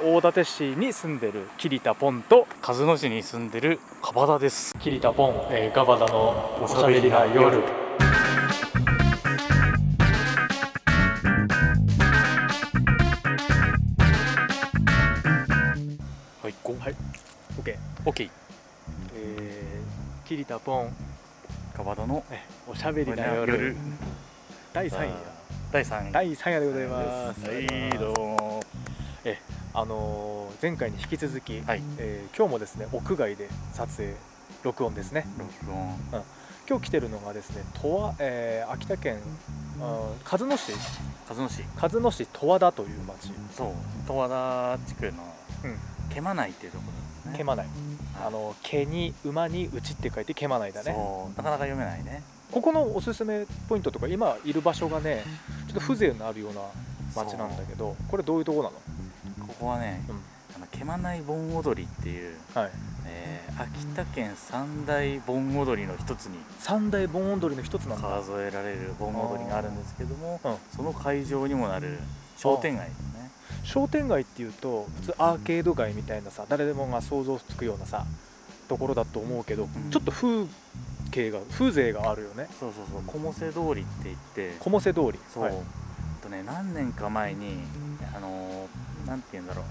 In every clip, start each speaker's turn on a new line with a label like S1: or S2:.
S1: 大館市に住んでる桐田ポンと
S2: 鹿角市に住んでるカバダです
S1: 桐田ポン、えー、ガバダのおしゃべりな夜
S2: はいゴー
S1: はい OK
S2: オッケー
S1: えー、桐田ポン
S2: カバダの
S1: えおしゃべりな夜第3位や
S2: 第3位
S1: 第3夜でございます
S2: はいどうも
S1: あのー前回に引き続き、
S2: はい
S1: えー今日もですね屋外で撮影録音ですね
S2: 録音
S1: 今日来てるのがですね十和、えー秋田県あー鹿角市
S2: 鹿角市
S1: 鹿角市十和田という町
S2: そう十和田地区の
S1: うん
S2: けまないっていうところですね
S1: けまない
S2: はい
S1: あの毛に馬に打ちって書いてけまないだね
S2: そうなかなか読めないね
S1: ここのおすすめポイントとか今いる場所がねちょっと風情のあるような町なんだけどこれどういうとこなの、
S2: そうここはねあのけまない盆踊りっていう、
S1: はい、
S2: えー秋田県三大盆踊りの一つに
S1: 三大盆踊りの一つなんだ
S2: 数えられる盆踊りがあるんですけども、
S1: うん
S2: その会場にもなる商店街ですね
S1: 商店街っていうと普通アーケード街みたいなさ誰でもが想像つくようなさところだと思うけど、
S2: ん
S1: ちょっと風景が風情があるよね
S2: そうそうそう小茂瀬通りって言って
S1: 小瀬通り
S2: そう、
S1: はい
S2: えっとね何年か前にあのーなんて言うんだろう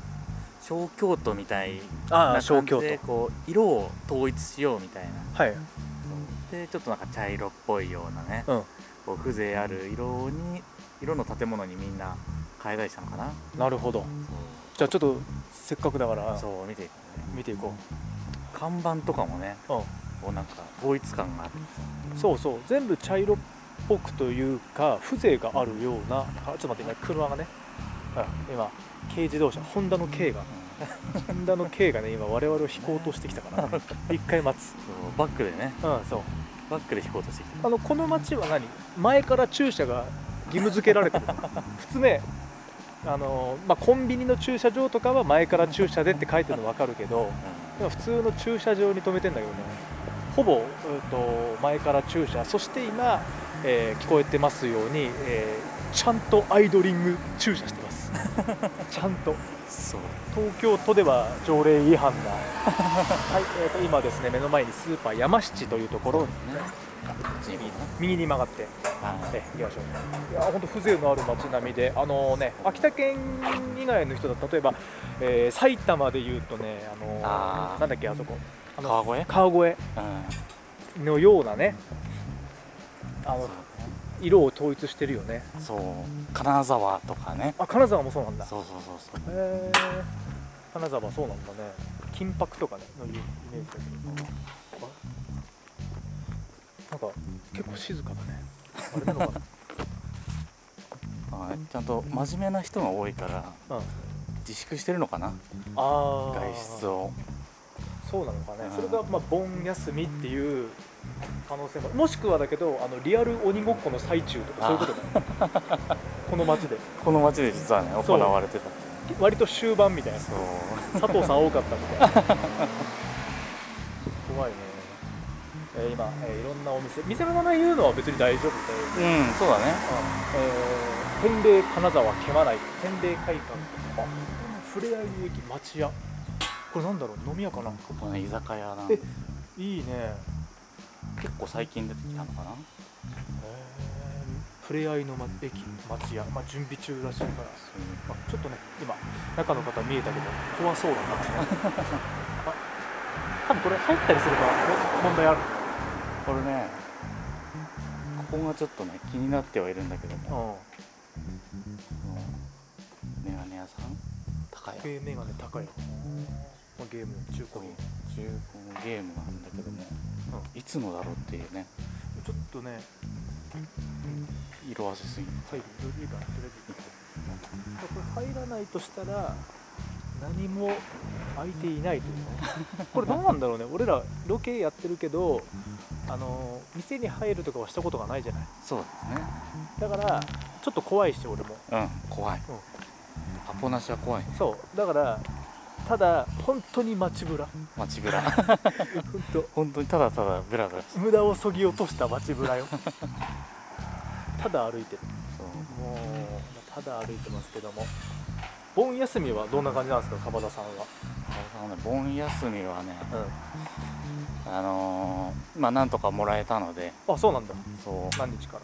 S2: 小京都みたい
S1: あ
S2: な
S1: あ小
S2: 感じ
S1: 京
S2: で
S1: 都
S2: こう色を統一しようみたいな
S1: はい
S2: でちょっとなんか茶色っぽいようなね、
S1: うん
S2: こう風情ある色に色の建物にみんな変えたりしたのかな
S1: なるほどじゃあちょっとせっかくだから
S2: そう見ていくね
S1: 見ていこ
S2: 看板とかもね
S1: う、うん、
S2: こうなんか統一感がある
S1: そうそう全部茶色っぽくというか風情があるようなあちょっと待って今車がねあ今軽自動車ホンダの K がホンダの K がね今我々を引こうとしてきた から、ね、一回待つ
S2: そうバックでね
S1: うんそう
S2: バックで引こうとしてき
S1: あのこの町は何前から駐車が義務付けられてるの普通ねあの、まあ、コンビニの駐車場とかは前から駐車でって書いてるの分かるけど
S2: た、
S1: でも普通の駐車場に止めてんだけどねほぼ、うんと前から駐車そして今、えー聞こえてますように、えーちゃんとアイドリング駐車してますちゃんと
S2: そう
S1: 東京都では条例違反だはい、えーと今ですね目の前にスーパー山七というところ
S2: ねこっちに行こ
S1: 右に曲がって
S2: うかな
S1: え行きましょういや本当風情のある街並みであのね秋田県以外の人だと例えば、えー埼玉でいうとねあの
S2: あー
S1: なんだっけあそこあの
S2: 川越
S1: 川越
S2: うん
S1: のようなねあ
S2: そ
S1: の
S2: う
S1: 色を統一してるよね
S2: そう金沢とかね
S1: あ金沢もそうなんだへ
S2: そうそうそうそう
S1: え金沢そうなんだね金箔とかねのイメージだけどなんか結構静かだねあれなのか
S2: はいちゃんと真面目な人が多いから
S1: な、 うん、あ
S2: 自粛してるのかな
S1: あ
S2: 外出を
S1: そうなのかね
S2: うん
S1: それがまあ盆休みっていう可能性ももしくはだけどあのリアル鬼ごっこの最中とかそういうことだよこの街で
S2: この街で実はね
S1: そ
S2: 行
S1: う
S2: われてた
S1: 割と終盤みたいな
S2: そう
S1: 佐藤さん多かったみたいな怖いね、えー今、えーいろんなお店店の名前言うのは別に大丈夫で、
S2: うんそうだね
S1: えー天霊金沢けまない天霊会館とかふれあい駅町屋これなんだろう飲み屋かな
S2: ここね居酒屋なん
S1: え
S2: で
S1: いいね
S2: 結構最近出てきたのかな
S1: ふれあいの、ま、駅町屋、まあ、準備中らしいからあちょっとね今中の方見えたけど怖そう だなあ多分これ入ったりすれば問題ある
S2: これねここがちょっとね気になってはいるんだけども
S1: う
S2: メガネ屋さん高屋
S1: ん時計メガネ高いよ、まあ、ゲーム中
S2: そう
S1: 古品
S2: 中古のゲームがあるんだけどもいつのだろうっていうね
S1: ちょっとね
S2: 色あせすぎる
S1: 入るいいかなとりあえずこれ入らないとしたら何も空いていないと いうねこれどうなんだろうね俺らロケやってるけどあの店に入るとかはしたことがないじゃない
S2: そうです
S1: だからちょっと怖いし俺も
S2: ねうん怖いアポなしは怖い
S1: そうだからただ本当に街ぶら
S2: 街ぶら
S1: 本当
S2: 本当にただただブラブラして
S1: 無駄をそぎ落とした街ぶ らよただ歩いてる
S2: そう
S1: もうただ歩いてますけども盆休みはどんな感じなんですか鎌田さんは、
S2: あのね盆休みはね、
S1: う
S2: あのーまあなんとかもらえたので
S1: ん、あそうなんだ
S2: そう
S1: 何日から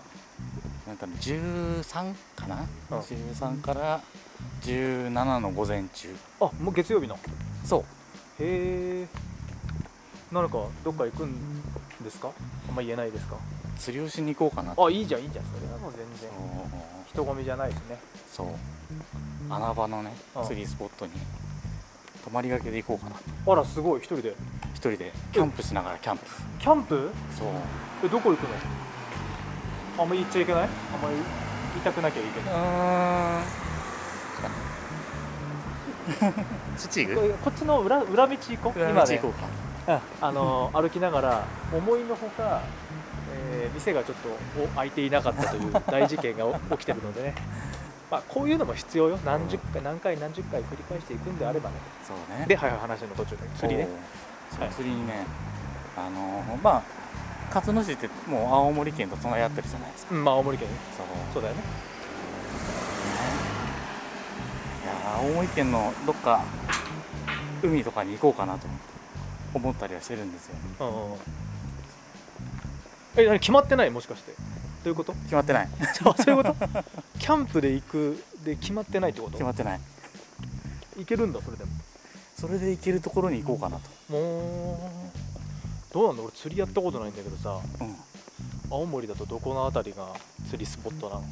S2: なんかね13かな、
S1: うん
S2: 13から17の午前中
S1: あもう月曜日の
S2: そう
S1: へえなんかどっか行くんですかあんま言えないですか
S2: 釣りをしに行こうかな
S1: あいいじゃんいいじゃんそれはもう全
S2: そう
S1: 然人混みじゃないしね
S2: そう穴場のね
S1: うん
S2: 釣りスポットに泊まりがけで行こうかな
S1: あらすごい一人で
S2: 一人でキャンプしながらキャンプ
S1: キャンプ
S2: そう
S1: えどこ行くのあんま言っちゃいけないあんまり言いたくなきゃいけない
S2: 土行
S1: こ
S2: く
S1: こっちの裏裏道行こう今ね
S2: 行こうか
S1: うんあのー歩きながら思いのほか、えー店がちょっとお開いていなかった という大事件がお起きてるのでね、まあ、こういうのも必要よ何十回何回何十回繰り返していくんであればね
S2: そうね
S1: ではいはい話の途中で釣りね
S2: そう
S1: はい
S2: 釣りにねあのーまあ勝野市ってもう青森県と隣り合ってるじゃないですか
S1: うんまあ青森県ね
S2: そう
S1: そうだよね
S2: いやー青森県のどっか海とかに行こうかなと思って思ったりはしてるんですよ
S1: うんうんうんえ何決まってないもしかしてどういうこと
S2: 決まってない
S1: あそういうことキャンプで行くで決まってないってこと
S2: 決まってない
S1: 行けるんだそれでも
S2: それで行けるところに行こうかなと
S1: もうどうなんだ俺釣りやったことないんだけどさ
S2: うんう
S1: 青森だとどこの辺りが釣りスポットなの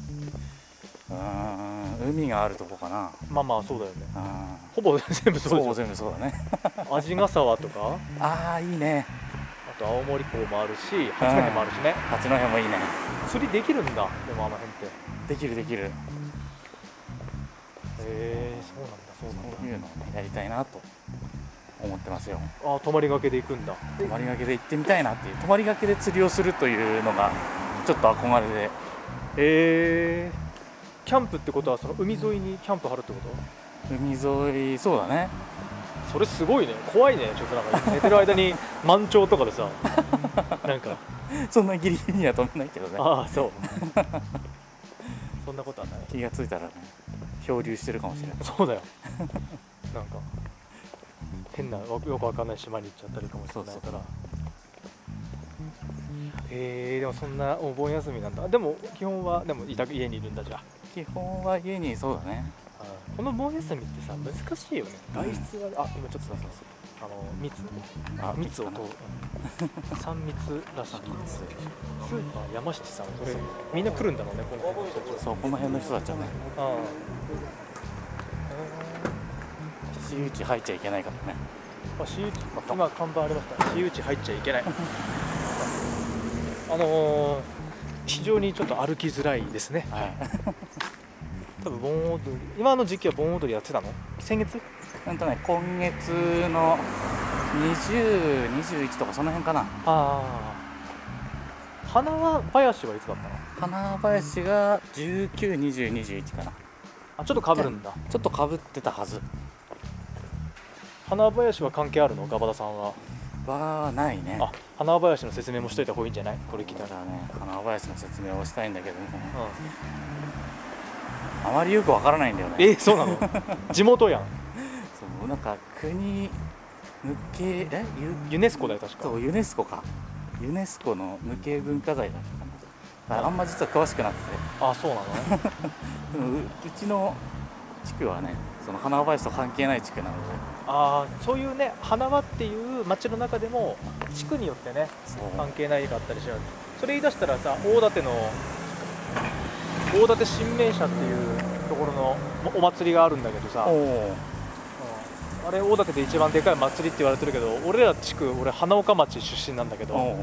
S2: ーん海があるとこかな
S1: まあまあそうだよね
S2: あ
S1: ほぼ全部
S2: ー
S1: そうでし
S2: そ
S1: ょ
S2: う全部そうだね
S1: 鰺ヶ沢とか
S2: ああいいね
S1: あと青森港もあるし八戸もあるしね
S2: 八戸もいいね
S1: 釣りできるんだでもあの辺ってへ
S2: できるできる
S1: えそうなんだそう
S2: そう
S1: なん
S2: いうのをねやりたいなと思ってますよ
S1: だあ泊まりがけで行くんだ
S2: 泊まりがけで行ってみたいなっていう泊まりがけで釣りをするというのがちょっと憧れで
S1: へえキャンプってことはその海沿いにキャンプ張るってこと
S2: 海沿いそうだね
S1: それすごいね怖いねちょっとなんか寝てる間に満潮とかでさなんか
S2: そんなギリギリには止めないけどね
S1: ああそうそんなことはない
S2: 気がついたらね漂流してるかもしれない
S1: そうだよなんか変なわよくわかんない島に行っちゃったりかもしれない
S2: そう
S1: か
S2: そ
S1: ら
S2: う
S1: えー、でもそんなお盆休みなんだでも基本はでもいた家にいるんだじゃあ
S2: 基本は家にそうだね
S1: この盆休みってさ難しいよね外出が、あ今ちょっとさあの密
S2: あ
S1: 密を
S2: 密
S1: と
S2: かな
S1: 三密らしいスー
S2: 密
S1: パー山七さんこれみんな来るんだろうねこの辺の人たち
S2: そうこの辺の人たちはね
S1: あ
S2: 私有地入っちゃいけないからね
S1: ああ私有地今看板ありました私有地入っちゃいけない あのー非常にちょっと歩きづらいですね
S2: はい
S1: 多分盆踊り今の時期は盆踊りやってたの先月
S2: なんとね今月の2021とかその辺かな
S1: ああ花は林はいつだったの
S2: 花林が192021かな
S1: あちょっとかぶるんだ
S2: ちょっとかぶってたはず
S1: 花林は関係あるのガバダさんは
S2: はないね
S1: あ花林の説明もしといた方がいいんじゃないこれ聞いた、
S2: だかららね花林の説明をしたいんだけども
S1: う
S2: あまりよくわからないんだよね
S1: ん、えそうなの 地元やん
S2: そうなんか国無形えゆ
S1: ユネスコだよ確か
S2: そうユネスコかユネスコの無形文化財だったかなあんま実は詳しくなくて
S1: あそうなの
S2: でもううちの地区はねその花林と関係ない地区なので
S1: あーそういうね花輪っていう町の中でも地区によってね
S2: そう
S1: 関係ないがあったりしちゃうそれ言い出したらさ大館の大館神明社っていうところのおお祭りがあるんだけどさ、
S2: お
S1: うん
S2: お
S1: あれ大館で一番でかい祭りって言われてるけど俺ら地区俺花岡町出身なんだけど
S2: おおはい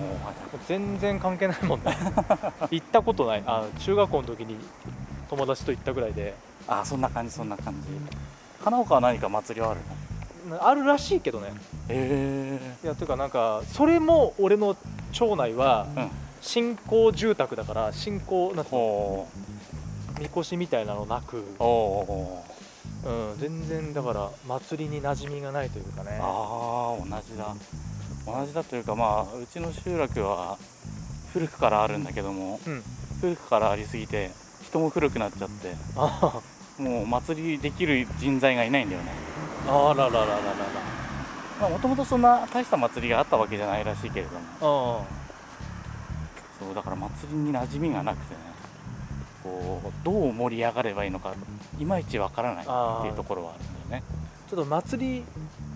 S1: 全然関係ないもん ね行ったことないあ中学校の時に友達と行ったぐらいで
S2: あそんな感じそんな感じ花岡は何か祭りはあるの
S1: あるらしいけどね
S2: え
S1: いやていうかなんかそれも俺の町内は
S2: えうん
S1: 新興住宅だから新興なんていうの
S2: お
S1: みこしみたいなのなく、
S2: おお
S1: うん、全然だから祭りに馴染みがないというかね
S2: ああ同じだ同じだというかまあうちの集落は古くからあるんだけども
S1: うん
S2: 古くからありすぎて人も古くなっちゃって
S1: あ
S2: もう祭りできる人材がいないんだよね
S1: あらららららら
S2: もともとそんな大した祭りがあったわけじゃないらしいけれども
S1: あ
S2: そうだから祭りに馴染みがなくてねこうどう盛り上がればいいのかいまいちわからないっていうところはあるんだよね
S1: ちょっと祭り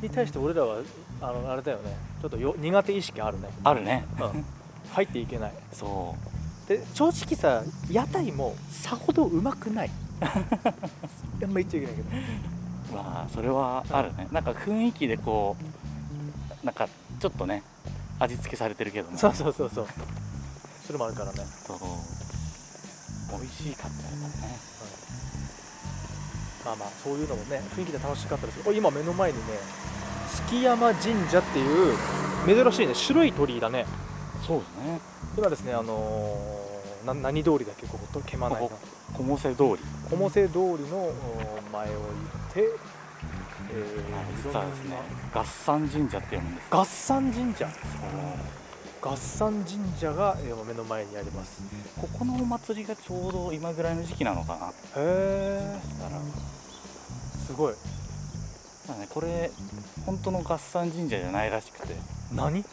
S1: に対して俺らはあのあれだよねちょっとよ苦手意識あるね、
S2: あるね
S1: うん、入っていけない
S2: そ
S1: で正直さ屋台もさほどうまく ないあんま言っちゃいけないけど
S2: うまあそれはあるねなんか雰囲気でこうなんかちょっとね味付けされてるけども
S1: そうそうそうそうそれもあるからね
S2: そう美味しいかったよね
S1: まあまあそういうのもね雰囲気で楽しかったですけどお今目の前にね月山神社っていう珍しいね白い鳥居だね
S2: そうですね
S1: 今ですねあのーな何通りだっけここと蹴まないの
S2: こ小瀬通り
S1: 小瀬通りのお前を行って、えー、
S2: 実はですね
S1: いろんな
S2: 合算神社って読むんです
S1: 合山神社
S2: そう
S1: 合山神社がえー目の前にあります
S2: ここのお祭りがちょうど今ぐらいの時期なのかなって
S1: へえ
S2: 言ったら
S1: すごい
S2: まあね、これ本当の合算神社じゃないらしくて
S1: 何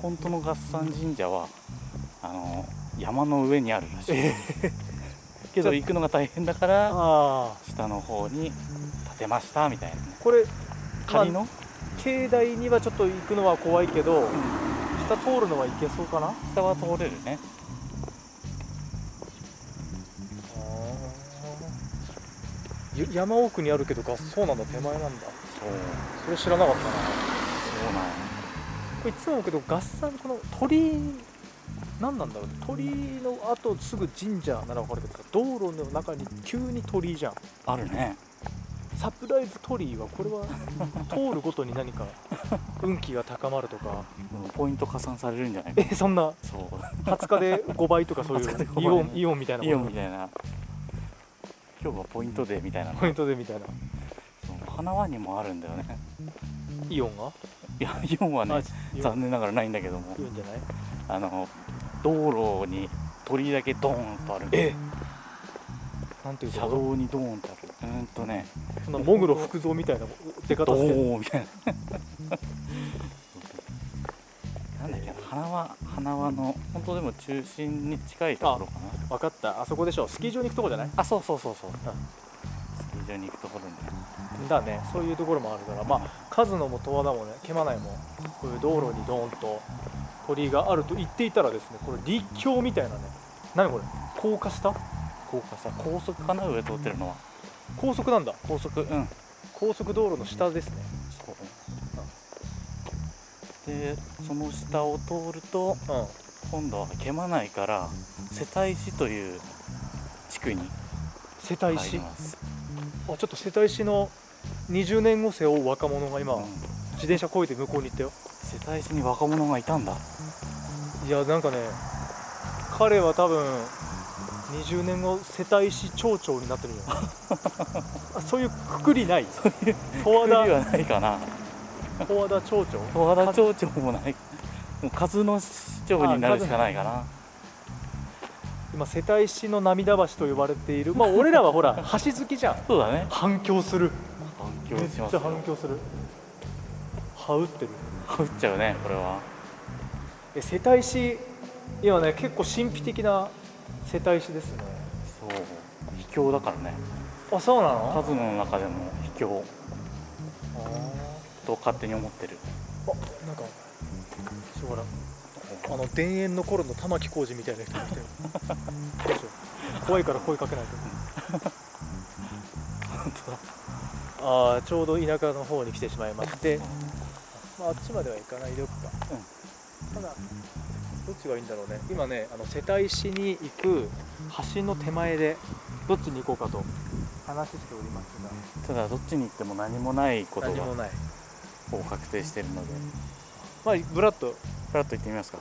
S2: 本当の合算神社はあの山の上にあるらしい、けど行くのが大変だから
S1: ああ
S2: 下の方に建てましたみたいなね
S1: これ
S2: 仮の、
S1: 境内にはちょっと行くのは怖いけど
S2: うん
S1: 下通るのは行けそうかな
S2: 下は通れるね
S1: ゆ山奥にあるけど合葬なんだ手前なんだ
S2: そう
S1: それ知らなかったな
S2: そうなんや
S1: これいつも思うけど合算この鳥居何なんだろう鳥居のあとすぐ神社なら分かるけど道路の中に急に鳥居じゃん
S2: あるね
S1: サプライズ鳥居はこれ は通るごとに何 か運気が高まるとか
S2: うんポイント加算されるんじゃないか
S1: えそんな
S2: そう
S1: 20日で5倍とかそうい
S2: 20日で
S1: う
S2: 5倍
S1: イオンイオンみたいな
S2: イオンみ
S1: な
S2: たいな今日はポイントデーみたいなの
S1: ポイントでみたいな
S2: そう花輪にもあるんだよね
S1: イオンが
S2: いやイオンはね
S1: あイオン
S2: 残念ながらないんだけども
S1: イオンじゃない
S2: あの道路に鳥居だけドーンとある
S1: えなんていう
S2: 車道にドーンとあるうーんとね
S1: そんなモグロ福蔵みたいな出方
S2: ド
S1: してる
S2: ーンみたい ななんだっけな花輪花輪の本当でも中心に近いところかな
S1: 分かったあそこでしょスキー場に行くとこじゃない
S2: あそうそうそうそう
S1: あ
S2: スキー場に行くところに
S1: だねそういうところもあるからまあ数のも十和田もね蹴まないもこういう道路にドーンと鳥居があると言っていたらですねこれ立教みたいなね何これ高架下
S2: 高架さ高速かな上通ってるのは
S1: 高速なんだ
S2: 高速うん
S1: 高速道路の下ですね
S2: そうでその下を通ると
S1: うん
S2: 今度は蹴まないから世帯市という地区に
S1: 世帯
S2: 入り
S1: 市あ
S2: ます
S1: ちょっと世帯市の20年後背負う若者が今
S2: うん
S1: 自転車こいで向こうに行ったよ
S2: 世帯市に若者がいたんだ
S1: いやなんかね彼は多分20年後世帯市町長になってるよ あそういうくくりない十
S2: 国
S1: 和
S2: に
S1: 田
S2: はないかな
S1: 十和田町長
S2: 十和田町長もないもう数の市長になるしかないかな
S1: 今世帯市の涙橋と呼ばれているまあ俺らは ほら橋好きじゃん
S2: そうだね
S1: 反響する
S2: 反
S1: め
S2: 響
S1: っ
S2: します
S1: ちゃ反響するはうってる
S2: 打っちゃうねこれは
S1: え世帯市今ね結構神秘的な世帯市ですね
S2: そう秘境だからね
S1: あそうなの
S2: 数の中でも秘境
S1: あー
S2: と勝手に思ってる
S1: あなんかそうだなあの田園の頃の玉置浩二みたいな人が来て るどうしよう怖いから声かけないとああちょうど田舎の方に来てしまいまして、まあ、あっちまでは行かないでおくか、ただどっちがいいんだろうね今ねあの世帯市に行く橋の手前でどっちに行こうかと話しております
S2: ただどっちに行っても何もないこ
S1: が
S2: と
S1: 何
S2: が
S1: もない
S2: こう確定してるので
S1: まあブラッと
S2: フラッと行ってみますか